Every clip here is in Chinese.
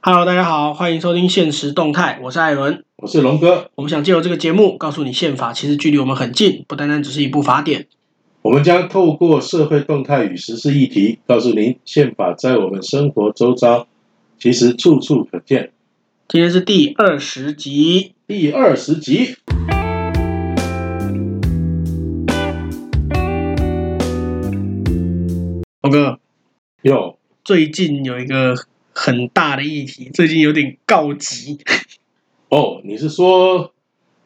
Hello，大家好，欢迎收听《现实动态》，我是艾伦。我是龙哥。我们想借由这个节目，告诉你宪法其实距离我们很近，不单单只是一部法典。我们将透过社会动态与时事议题，告诉您宪法在我们生活周遭其实处处可见。今天是第二十集，第二十集，哦龙哥，哟，最近有一个很大的议题，最近有点告急。哦，你是说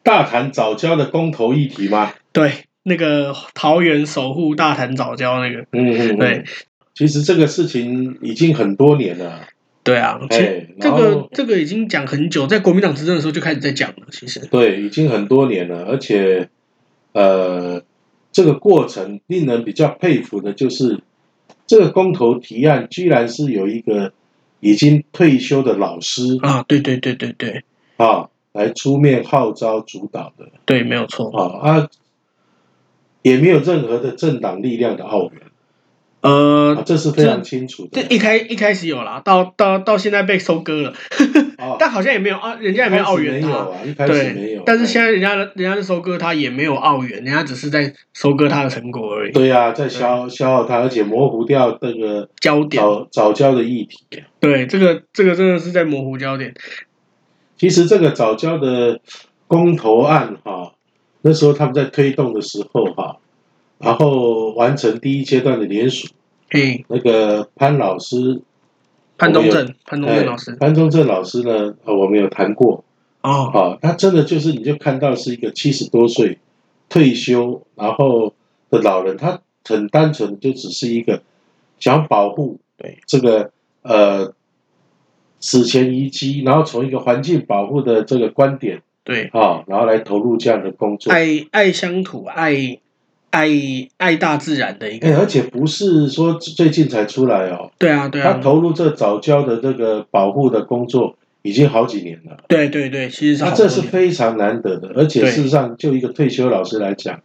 大谈早教的公投议题吗？对，那个桃园守护大潭早教那个，嗯嗯，嗯对。其实这个事情已经很多年了，对啊，其实哎，这然个后这个已经讲很久，在国民党执政的时候就开始在讲了。其实，对，已经很多年了，而且呃，这个过程令人比较佩服的就是，这个公投提案居然是有一个已经退休的老师啊，对对对对对啊来出面号召主导的对，没有错。啊啊，也没有任何的政党力量的澳元呃啊，，这是非常清楚这的。一开一开始有啦，到到到现在被收割了， 啊，但好像也没有澳，人家也没有澳元一开始没有啊。啊，一开始没对有，，但是现在在人家人家在收割他也没有澳元，人家只是在收割他的成果而已，对呀、在消消耗它，而且模糊掉这个焦点。早早教的议题。对，这个这个真的是在模糊焦点。其实这个早教的公投案哈、那时候他们在推动的时候哈、然后完成第一阶段的联署，嘿，那个潘老师，潘我宗们有正，潘宗正老哎师，潘宗正老师呢，呃我们有谈过哦，啊，他真的就是你就看到是一个七十多岁退休然后的老人，他很单纯，就只是一个想保护对这个呃史前遗迹，然后从一个环境保护的这个观点。对，啊，然后来投入这样的工作。哎，爱爱乡土，爱爱爱大自然的一个。哎而且不是说最近才出来哦，对啊，对他啊，投入这早教的这个保护的工作已经好几年了，对对对，其实是那好这多是年。非常难得的。而且对事实上，就一个退休老师来讲，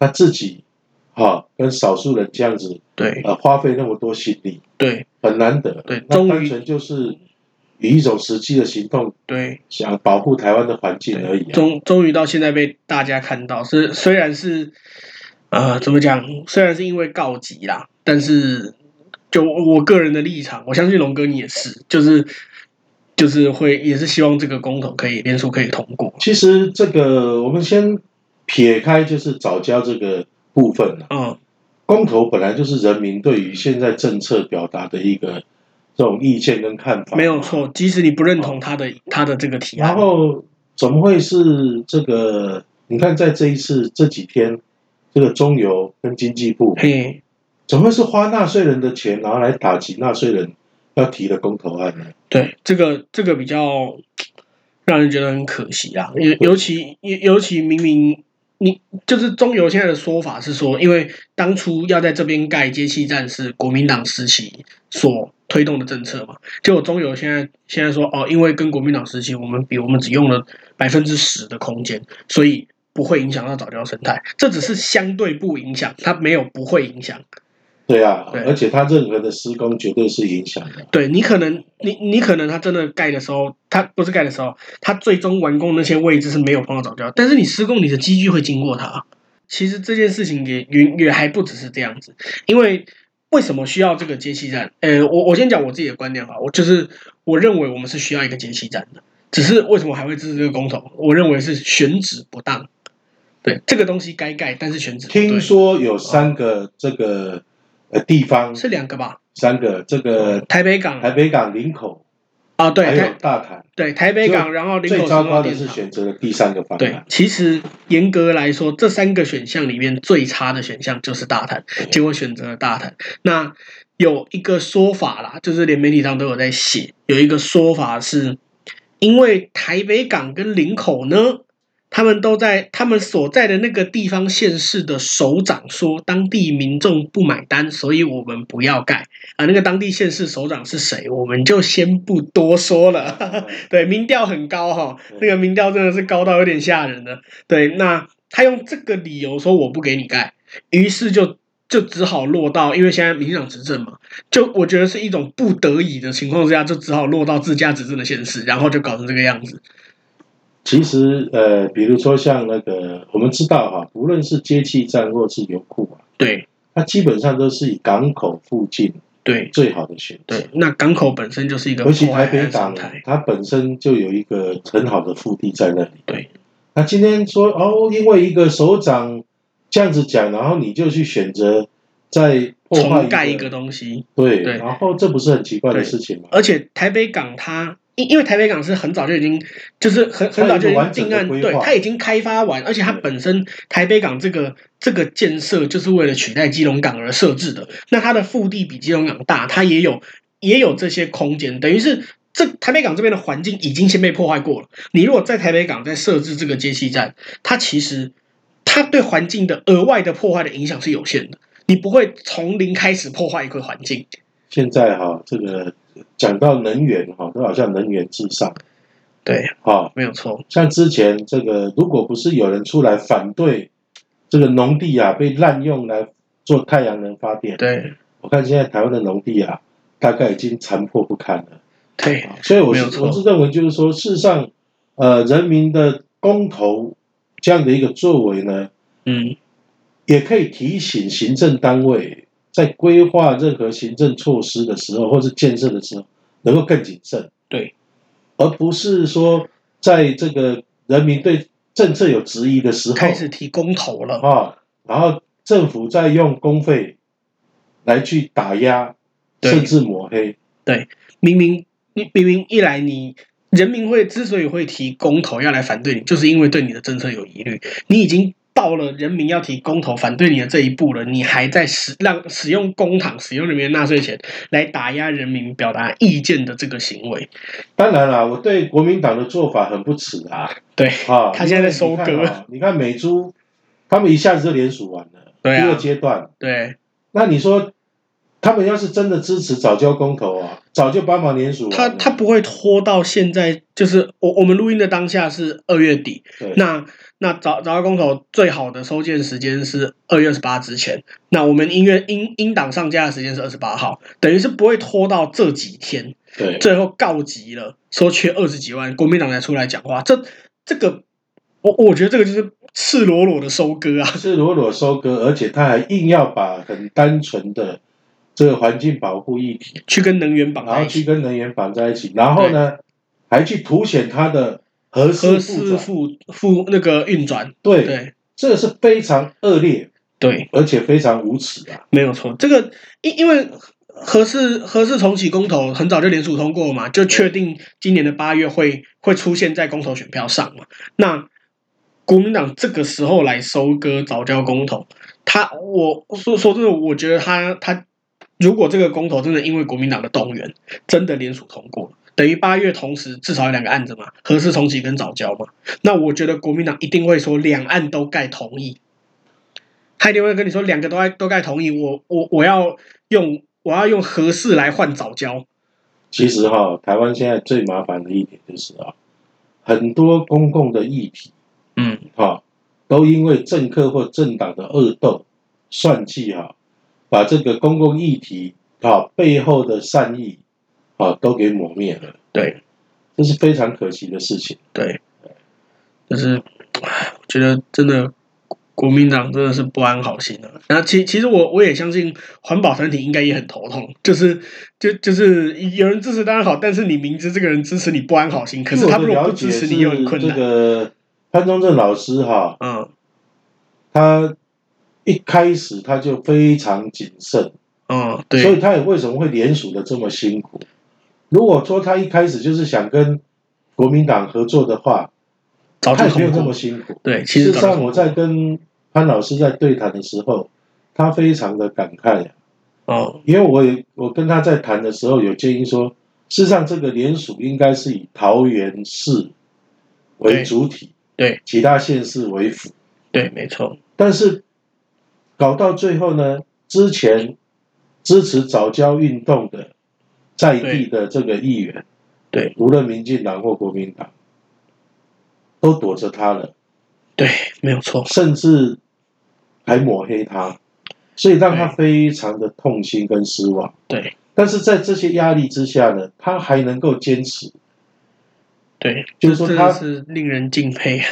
他自己哈、跟少数人这样子对呃花费那么多心力，对很难得。对那终于单纯就是以一种实际的行动对，想保护台湾的环境而已、啊。终终于到现在被大家看到，是虽然是呃怎么讲，虽然是因为告急啦，但是就我个人的立场，我相信龙哥你也是，就是就是会也是希望这个公投可以联署可以通过。其实这个我们先撇开就是早教这个部分啊了、嗯，公投本来就是人民对于现在政策表达的一个这种意见跟看法，没有。错，即使你不认同他的他的这个提然案，后怎么会是这个？你看，在这一次这几天，这个中油跟经济部，嘿，怎么会是花纳税人的钱，然后来打击纳税人要提的公投案呢？对这个这个比较让人觉得很可惜啦，尤尤其尤尤其明明你就是中油现在的说法是说，因为当初要在这边盖接气站是国民党时期所推动的政策嘛，结果中油现在现在说哦，因为跟国民党时期我们比，我们只用了百分之十的空间，所以不会影响到早教生态，这只是相对不影响，它没有不会影响。对啊，对而且他任何的施工绝对是影响的。对你可能你你可能他真的盖的时候，他不是盖的时候，他最终完工那些位置是没有碰到早教，但是你施工你的机具会经过它。其实这件事情也也也还不只是这样子，因为为什么需要这个接气站？呃，我我先讲我自己的观点哈，我就是我认为我们是需要一个接气站的，只是为什么还会支持这个工头？我认为是选址不当。对，这个东西该盖，但是选址不对听说有三个这个呃地方是两个吧？三个，这个台北港呃台北港、林口，啊，对，还有台大潭。对台北港，然后林口最自贸糟糕的电是厂选择了第三个方对案，，其实严格来说，这三个选项里面最差的选项就是大谈，嗯结果选择了大谈。那有一个说法啦，就是连媒体上都有在写，有一个说法是，因为台北港跟林口呢，他们都在他们所在的那个地方县市的首长说，当地民众不买单，所以我们不要盖啊。那个当地县市首长是谁，我们就先不多说了。对，民调很高哈、那个民调真的是高到有点吓人了。对，那他用这个理由说我不给你盖，于是就就只好落到，因为现在民进党执政嘛，就我觉得是一种不得已的情况之下，就只好落到自家执政的现实，然后就搞成这个样子。 其实呃，比如说像那个，我们知道哈、无论是接气站或是油库啊，对它基本上都是以港口附近对最好的选择。对，那港口本身就是一个尤其破坏台海北岸生港态，，它本身就有一个很好的腹地在那里。对，那今天说哦，因为一个首长这样子讲，然后你就去选择在破坏重盖一个个东西。对，对然后这不是很奇怪的对事情吗？而且台北港它因因为台北港是很早就已经就是很它很有早一个就已经完整定的案，规对划它已经开发完，而且它对本身台北港这个这个建设就是为了取代基隆港而设置的。那它的腹地比基隆港大，它也有也有这些空间，等于是。这台北港这边的环境已经先被破坏过了。你如果在台北港再设置这个接气站，它其实它对环境的额外的破坏的影响是有限的。你不会从零开始破坏一个环境，现在哈、这个讲到能源哈、都好像能源至上对，哈、没有错。像之前这个，如果不是有人出来反对这个农地啊被滥用来做太阳能发电，对我看现在台湾的农地啊，大概已经残破不堪了。对啊所以我没有是错我是认为，就是说，事实上，呃，人民的公投这样的一个作为呢，嗯，也可以提醒行政单位在规划任何行政措施的时候，或是建设的时候，能够更谨慎。对，而不是说在这个人民对政策有质疑的时候，开始提公投了。啊，然后政府再用公费来去打压，对甚至抹黑。明明你明明一来你。人民会之所以会提公投要来反对你，就是因为对你的政策有疑虑。你已经到了人民要提公投反对你的这一步了，你还在使让使用公帑、使用人民的纳税钱来打压人民表达意见的这个行为。当然啦、我对国民党的做法很不耻啊。对，啊，他现在在收因为你看割啊你看美猪，他们一下子就联署完了，对啊第二阶段。对那你说，他们要是真的支持早教公投啊，早就帮忙联署完他，了他不会拖到现在，就是我我们录音的当下是二月底，对那那早早教公投最好的收件时间是二月二十八之前，那我们音乐音音档上架的时间是二十八号，等于是不会拖到这几天，对最后告急了，说缺二十几万，国民党才出来讲话，这这个我我觉得这个就是赤裸裸的收割啊，赤裸裸收割，而且他还硬要把很单纯的这个环境保护议题，去跟能源绑然在后一去起，跟能源绑在一起，然后呢，还去凸显它的核核适复四转，复复那个运转，对，对这个是非常恶劣，对。而且非常无耻啊。没有错，这个因因为合适合适重启公投很早就联署通过嘛，就确定今年的八月会会出现在公投选票上嘛。那国民党这个时候来收割早教公投，他我说说真的，我觉得他他如果这个公投真的因为国民党的动员，真的联署通过了。等于八月同时至少有两个案子嘛，合适重启跟早教嘛。那我觉得国民党一定会说两岸都盖同意，他一定会跟你说两个都盖都盖同意，我我我要用我要用合适来换早教，其实哈、台湾现在最麻烦的一点就是啊，很多公共的议题嗯，哈、都因为政客或政党的恶斗、算计哈、把这个公共议题哈、背后的善意啊、都给抹灭了，对这是非常可惜的事情。对，就是唉我觉得真的国民党真的是不安好心啊。然后其其实我我也相信环保团体应该也很头痛，就是就就是有人支持当然好，但是你明知这个人支持你不安好心，可是他据如我的果了不解支持你又很困是这难，个潘宗正老师哈、嗯他一开始他就非常谨慎，嗯所对以他也为什么会联署的这么辛苦？如果说他一开始就是想跟国民党合作的话，早他就也没有通这么过，辛苦。对其实事早实就上，通我过在跟潘老师在对谈的时候，他非常的感慨，啊哦因为我也我跟他在谈的时候有建议说，事实上这个联署应该是以桃园市为主体，对其他县市为辅。对没错但是搞到最后呢，之前支持早教运动的在地的这个议员，对，无论民进党或国民党，都躲着他了，对没有错。甚至还抹黑他。所以让他非常的痛心跟失望。对但是在这些压力之下呢，他还能够坚持，对，就是说这他真的是令人敬佩，啊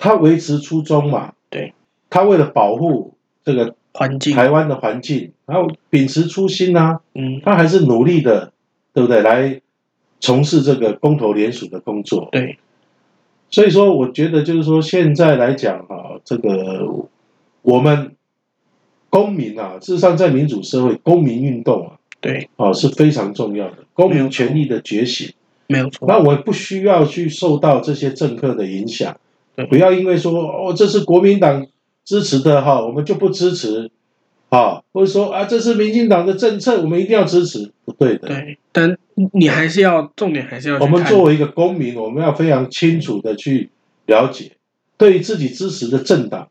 他维持初衷嘛。对，他为了保护这个环境，台湾的环境，然后秉持初心啊，嗯，他还是努力的，对不对？来从事这个公投联署的工作。对，所以说，我觉得就是说，现在来讲啊，这个我们公民啊，事实上在民主社会，公民运动啊，对，啊是非常重要的，公民权利的觉醒。没有错，那我不需要去受到这些政客的影响对，不要因为说哦这是国民党支持的哈，我们就不支持，啊，或者说啊这是民进党的政策，我们一定要支持，不对的。对，但你还是要重点还是要去我们看作为一个公民，我们要非常清楚的去了解，对于自己支持的政党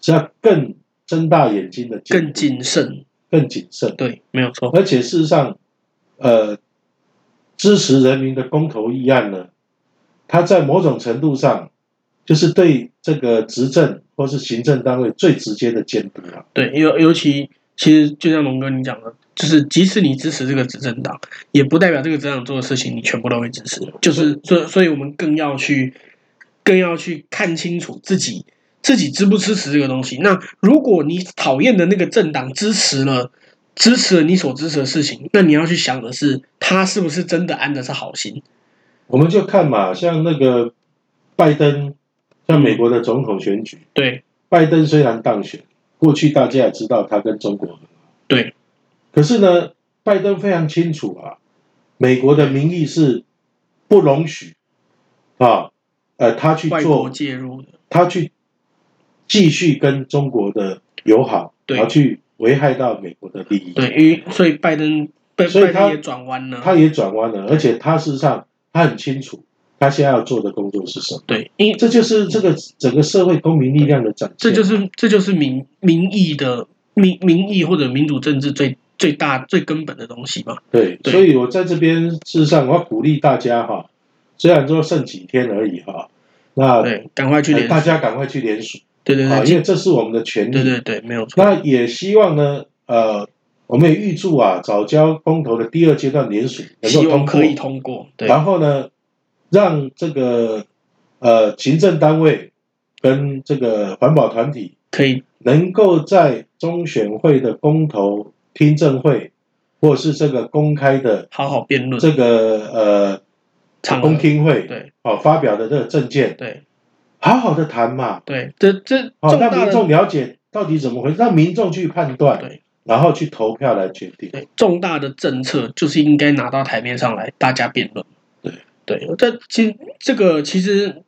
是要更睁大眼睛的更谨慎，更谨慎，对，没有错，而且事实上，呃，支持人民的公投议案呢，它在某种程度上就是对这个执政或是行政单位最直接的监督啊。对，尤尤其其实就像龙哥你讲的，就是即使你支持这个执政党，也不代表这个执政党做的事情你全部都会支持。就是所以所以我们更要去更要去看清楚自己自己支不支持这个东西。那如果你讨厌的那个政党支持了。支持了你所支持的事情，那你要去想的是，他是不是真的安的是好心？我们就看嘛，像那个拜登，像美国的总统选举，对拜登虽然当选，过去大家也知道他跟中国很好，对，可是呢，拜登非常清楚啊，美国的民意是不容许啊，呃，他去外国做，介入的，他去继续跟中国的友好，对然后去危害到美国的利益，对，因为所以拜登拜所以拜他登也转弯了，他也转弯了，而且他事实上他很清楚他现在要做的工作是什么，对，因这就是这个整个社会公民力量的展现，这就是这就是民民意的民民意或者民主政治最最大最根本的东西嘛。对，对所以我在这边事实上我要鼓励大家哈，虽然说剩几天而已哈，那对，赶快去联呃大家赶快去联署对对啊，对，因为这是我们的权对利。对对，没有错。那也希望呢，呃，我们也预祝啊，早教公投的第二阶段联署能够希望通过可，以通过。对然后呢，让这个呃行政单位跟这个环保团体可以能够在中选会的公投听证会，或是这个公开的好好辩论。这个呃场合公听会嗯对哦发表的这个证件，对好好的谈嘛，对，这这好重让大民的众了解到底怎么回事，让民众去判断，对然后去投票来决定。对重大的政策就是应该拿到台面上来，大家辩论。对对，这其实这个其实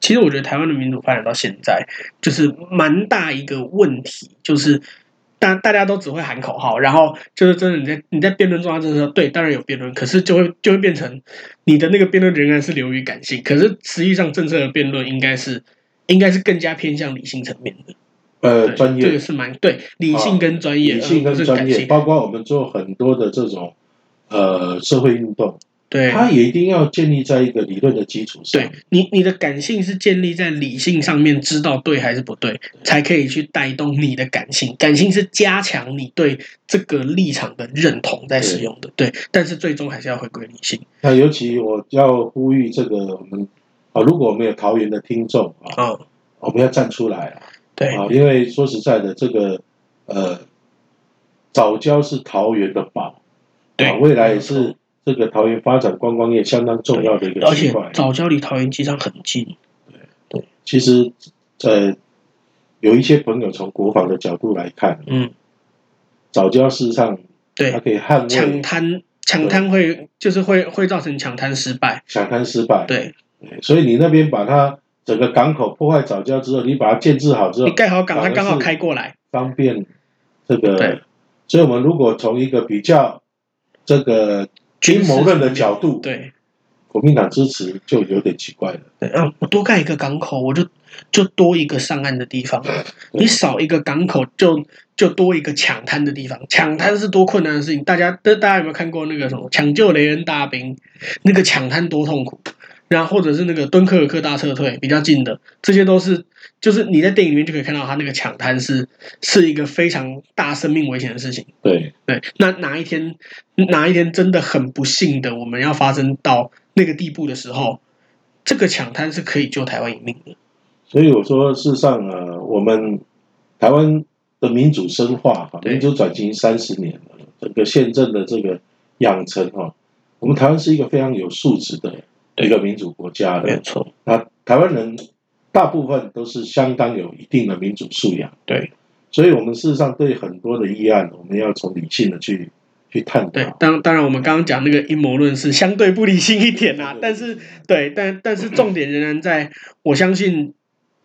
其实我觉得台湾的民主发展到现在，就是蛮大一个问题，就是大大家都只会喊口号，然后就是真的你在你在辩论中央政策，对，当然有辩论，可是就会就会变成你的那个辩论仍然是流于感性，可是实际上政策的辩论应该是应该是更加偏向理性层面的，呃，对，专这个业、是蛮对理性跟专业，理性而跟不是专感业，性，包括我们做很多的这种呃社会运动，对。它也一定要建立在一个理论的基础上对。你，你的感性是建立在理性上面，知道对还是不对，才可以去带动你的感性。感性是加强你对这个立场的认同在使用的，对。但是最终还是要回归理性那尤其我要呼吁这个我们啊，如果我们有桃园的听众啊，啊、我们要站出来啊。对啊，因为说实在的，这个呃，早教是桃园的宝，啊，对，未来也是这个桃园发展观光业相当重要的一个而区且块。早教离桃园机场很近，其实，呃，有一些朋友从国防的角度来看，嗯，早教事实上它对，可以捍抢卫滩抢滩会就是会会造成抢滩失败，抢滩失败，对对所以你那边把它整个港口破坏早教之后，你把它建制好之后你，盖好港，反而它是刚好开过来，方便这对个，所以我们如果从一个比较这个阴谋论的角度，对。国民党支持就有点奇怪了。对，啊，我多盖一个港口，我就就多一个上岸的地方；你少一个港口就，就多一个抢滩的地方。抢滩是多困难的事情，大家大大家有没有看过那个什么《抢救雷恩大兵》？那个抢滩多痛苦，然后或者是那个敦刻尔克大撤退比较近的，这些都是就是你在电影里面就可以看到他那个抢滩是是一个非常大生命危险的事情。对，对，那哪一天哪一天真的很不幸的我们要发生到那个地步的时候，这个抢滩是可以救台湾一命的。所以我说，事实上啊，我们台湾的民主深化哈，对民主转型三十年了，整个宪政的这个养成哈，我们台湾是一个非常有素质的一个民主国家的。错，那台湾人大部分都是相当有一定的民主素养，对所以我们事实上对很多的议案，我们要从理性的去去探对讨。，当当然我们刚刚讲那个阴谋论是相对不理性一点啦、但是对，但但是重点仍然在，我相信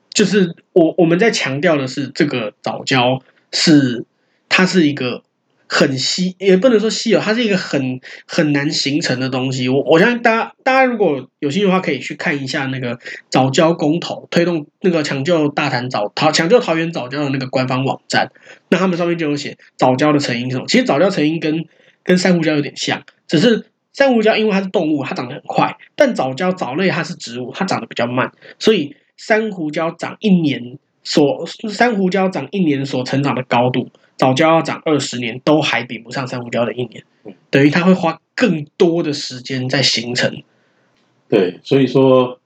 就是我我们在强调的是这个早教是它是一个很稀，也不能说稀有，它是一个很很难形成的东西。我我相信大家，大家如果有兴趣的话，可以去看一下那个早教公投推动那个抢救大潭早桃抢救桃园早教的那个官方网站，那他们上面就有写早教的成因是什么。其实早教成因跟跟珊瑚礁有点像，只是珊瑚礁因为它是动物，它长得很快，但早教藻类它是植物，它长得比较慢，所以珊瑚礁长一年所珊瑚礁长一年所成长的高度，早教要长二十年都还比不上珊瑚礁的一年嗯，等于它会花更多的时间在形成。对，所以说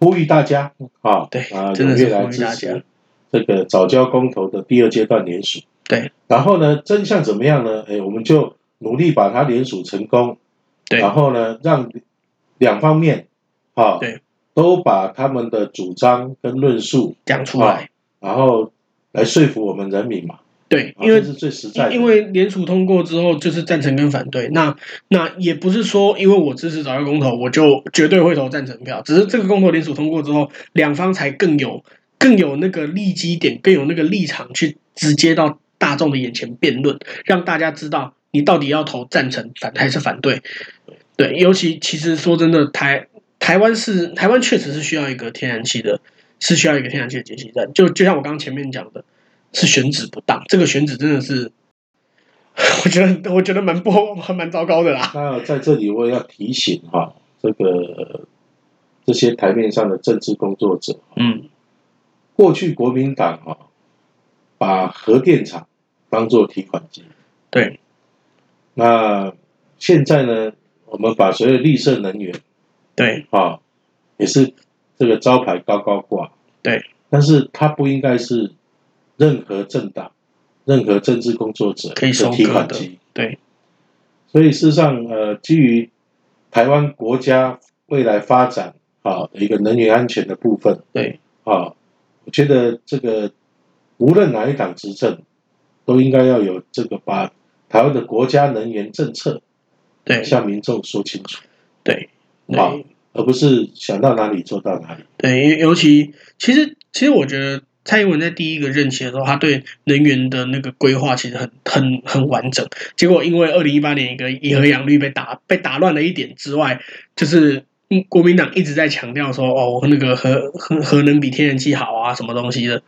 呼吁大家啊，对啊，真踊的是跃来呼吁支大家持这个早教公投的第二阶段联署。对，然后呢，真相怎么样呢？哎，我们就努力把它联署成功。对然后呢，让两方面啊，对，都把他们的主张跟论述，讲出啊来，然后来说服我们人民嘛，对，啊因为这是最实在的。因为联署通过之后就是赞成跟反对，那那也不是说因为我支持早教公投，我就绝对会投赞成票，只是这个公投联署通过之后，两方才更有更有那个立基点，更有那个立场去直接到大众的眼前辩论，让大家知道你到底要投赞成反还是反对。对，尤其其实说真的，台台湾是台湾确实是需要一个天然气的，是需要一个天然气的解析站。就就像我刚刚前面讲的，是选址不当，这个选址真的是， 我觉得我觉得蛮不蛮糟糕的啦。那在这里我也要提醒哈、这个这些台面上的政治工作者，嗯，过去国民党哈、把核电厂当做提款机，对那现在呢，我们把所有绿色能源对啊、也是这个招牌高高挂，对，但是它不应该是任何政党、任何政治工作者可以收的提割款的机，对所以事实上，呃，基于台湾国家未来发展啊一个能源安全的部分对啊，我觉得这个无论哪一党执政，都应该要有这个把台湾的国家能源政策对向民众说清楚，对好对而不是想到哪里做到哪里。对，尤尤其其实其实我觉得蔡英文在第一个任期的时候，他对能源的那个规划其实很很很完整。结果因为二零一八年一个以核养绿被打被打乱了一点之外，就是嗯国民党一直在强调说哦那个核核核能比天然气好啊什么东西的，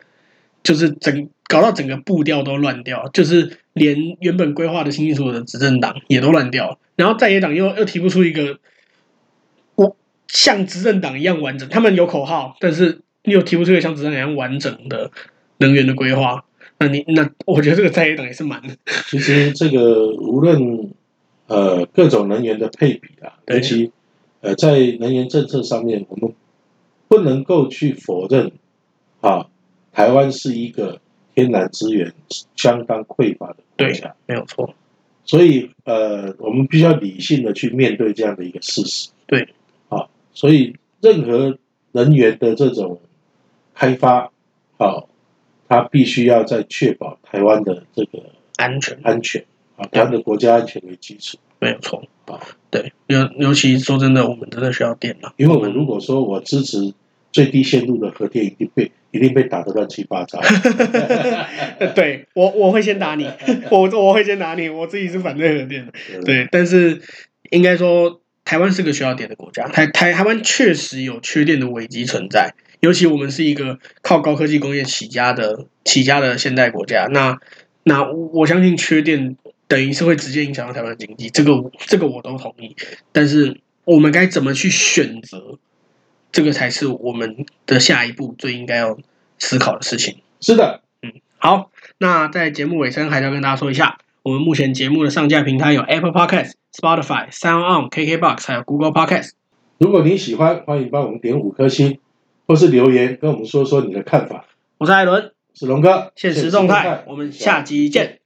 就是整搞到整个步调都乱掉，就是连原本规划的清清楚楚的执政党也都乱掉了，然后在野党又又提不出一个我像执政党一样完整，他们有口号，但是又提不出一个像执政党一样完整的能源的规划。那你那我觉得这个在野党也是蛮其实这个无论呃各种能源的配比啊，对尤其呃在能源政策上面，我们不能够去否认啊，台湾是一个天然资源相当匮乏的国对家，，没有错。所以呃我们必须要理性的去面对这样的一个事实。对，啊，所以任何能源的这种开发，啊，它必须要在确保台湾的这个。安全安全啊，台湾的国家安全为基础没有错。啊。对，尤尤其说真的，我们真的需要电了。因为我如果说我支持最低限度的核电，一定被一定被打得乱七八糟。 对我我会先打你，我我会先打你，我自己是反对核电的。 对，对，但是应该说，台湾是个需要电的国家，台台台湾确实有缺电的危机存在。尤其我们是一个靠高科技工业起家的起家的现代国家，那那我相信缺电等于是会直接影响到台湾经济，这个我这个我都同意。但是我们该怎么去选择，这个才是我们的下一步最应该要思考的事情。是的，好，那在节目尾声还是要跟大家说一下，我们目前节目的上架平台有 Apple Podcast、Spotify、Sound On、KKBox 还有 Google Podcast。如果你喜欢，欢迎帮我们点五颗星，或是留言跟我们说说你的看法。我是艾伦，我是龙哥，现实动态，我们下集见。